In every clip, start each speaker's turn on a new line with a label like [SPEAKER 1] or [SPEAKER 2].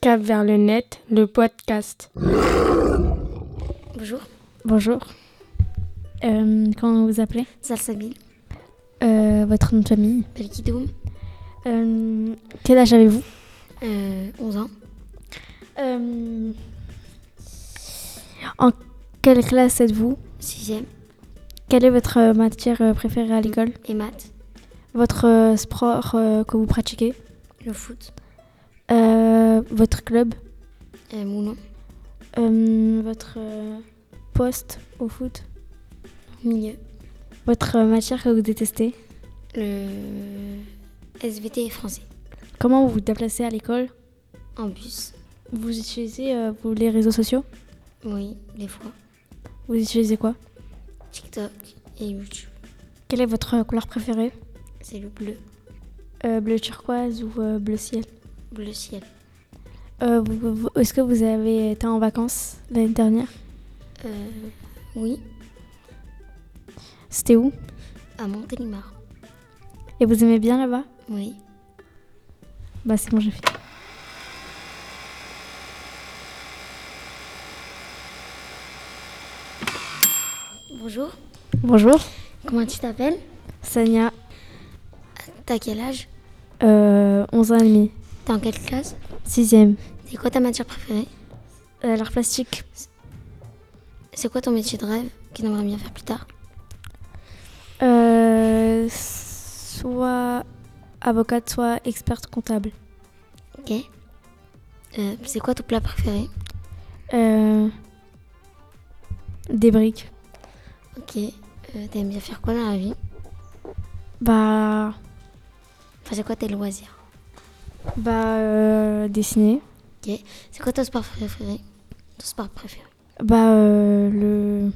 [SPEAKER 1] Cap vers le net, le podcast.
[SPEAKER 2] Bonjour,
[SPEAKER 3] Bonjour. Euh, comment vous appelez
[SPEAKER 2] Salsamil,
[SPEAKER 3] Euh, Votre nom de famille
[SPEAKER 2] Belkidoum,
[SPEAKER 3] Euh, Quel âge avez-vous
[SPEAKER 2] euh, 11 ans,
[SPEAKER 3] Euh, En quelle classe êtes-vous
[SPEAKER 2] 6ème,
[SPEAKER 3] Quelle est votre euh, matière euh, préférée à l'école
[SPEAKER 2] et maths,
[SPEAKER 3] Votre euh, sport euh, que vous pratiquez
[SPEAKER 2] le foot,
[SPEAKER 3] Euh, Votre club
[SPEAKER 2] euh, Moulon,
[SPEAKER 3] Euh, Votre euh, poste au foot
[SPEAKER 2] milieu,
[SPEAKER 3] Votre euh, matière que vous détestez
[SPEAKER 2] le SVT français,
[SPEAKER 3] Comment vous vous déplacez à l'école
[SPEAKER 2] en bus,
[SPEAKER 3] Vous utilisez euh, vous, les réseaux sociaux
[SPEAKER 2] oui, des fois,
[SPEAKER 3] Vous utilisez quoi
[SPEAKER 2] TikTok et YouTube,
[SPEAKER 3] Quelle est votre euh, couleur préférée
[SPEAKER 2] c'est le bleu,
[SPEAKER 3] Euh, Bleu turquoise ou euh, bleu ciel
[SPEAKER 2] bleu ciel.
[SPEAKER 3] Euh, vous- vous- Est-ce que vous avez été en vacances l'année dernière
[SPEAKER 2] Euh, oui,
[SPEAKER 3] C'était où
[SPEAKER 2] à Montélimar,
[SPEAKER 3] Et vous aimez bien là-bas
[SPEAKER 2] oui,
[SPEAKER 3] Bah c'est bon, j'ai fini.
[SPEAKER 2] Bonjour,
[SPEAKER 3] Bonjour.
[SPEAKER 2] comment tu t'appelles
[SPEAKER 3] Sania,
[SPEAKER 2] T'as quel âge
[SPEAKER 3] euh, 11 ans et demi,
[SPEAKER 2] T'es en quelle classe
[SPEAKER 3] 6ème.
[SPEAKER 2] C'est quoi ta matière préférée
[SPEAKER 3] Euh, L'art plastique,
[SPEAKER 2] C'est quoi ton métier de rêve que t'aimerais bien faire plus tard
[SPEAKER 3] euh, soit avocate, soit experte comptable.
[SPEAKER 2] Ok. Euh, c'est quoi ton plat préféré
[SPEAKER 3] Euh, des briques.
[SPEAKER 2] Ok. Euh, T'aimes bien faire quoi dans la vie
[SPEAKER 3] Bah,
[SPEAKER 2] Enfin, c'est quoi tes loisirs
[SPEAKER 3] bah euh, dessiner.
[SPEAKER 2] Ok. C'est quoi ton sport préféré Ton sport préféré
[SPEAKER 3] Bah euh, le,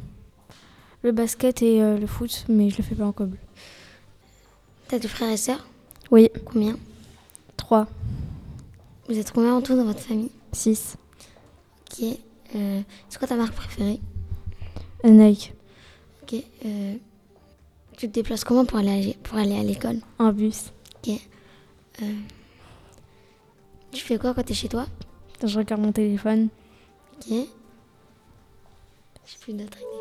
[SPEAKER 3] le basket et euh, le foot, mais je le fais pas en cobble.
[SPEAKER 2] T'as des frères et sœurs
[SPEAKER 3] Oui,
[SPEAKER 2] Combien
[SPEAKER 3] 3,
[SPEAKER 2] Vous êtes combien en tout dans votre famille
[SPEAKER 3] 6,
[SPEAKER 2] Ok. Euh, c'est quoi ta marque préférée
[SPEAKER 3] Nike,
[SPEAKER 2] Ok. Euh, tu te déplaces comment pour aller à, pour aller à l'école
[SPEAKER 3] un bus.
[SPEAKER 2] Euh, Tu fais quoi quand t'es chez toi
[SPEAKER 3] Je regarde mon téléphone.
[SPEAKER 2] Ok. J'ai plus d'autres idées.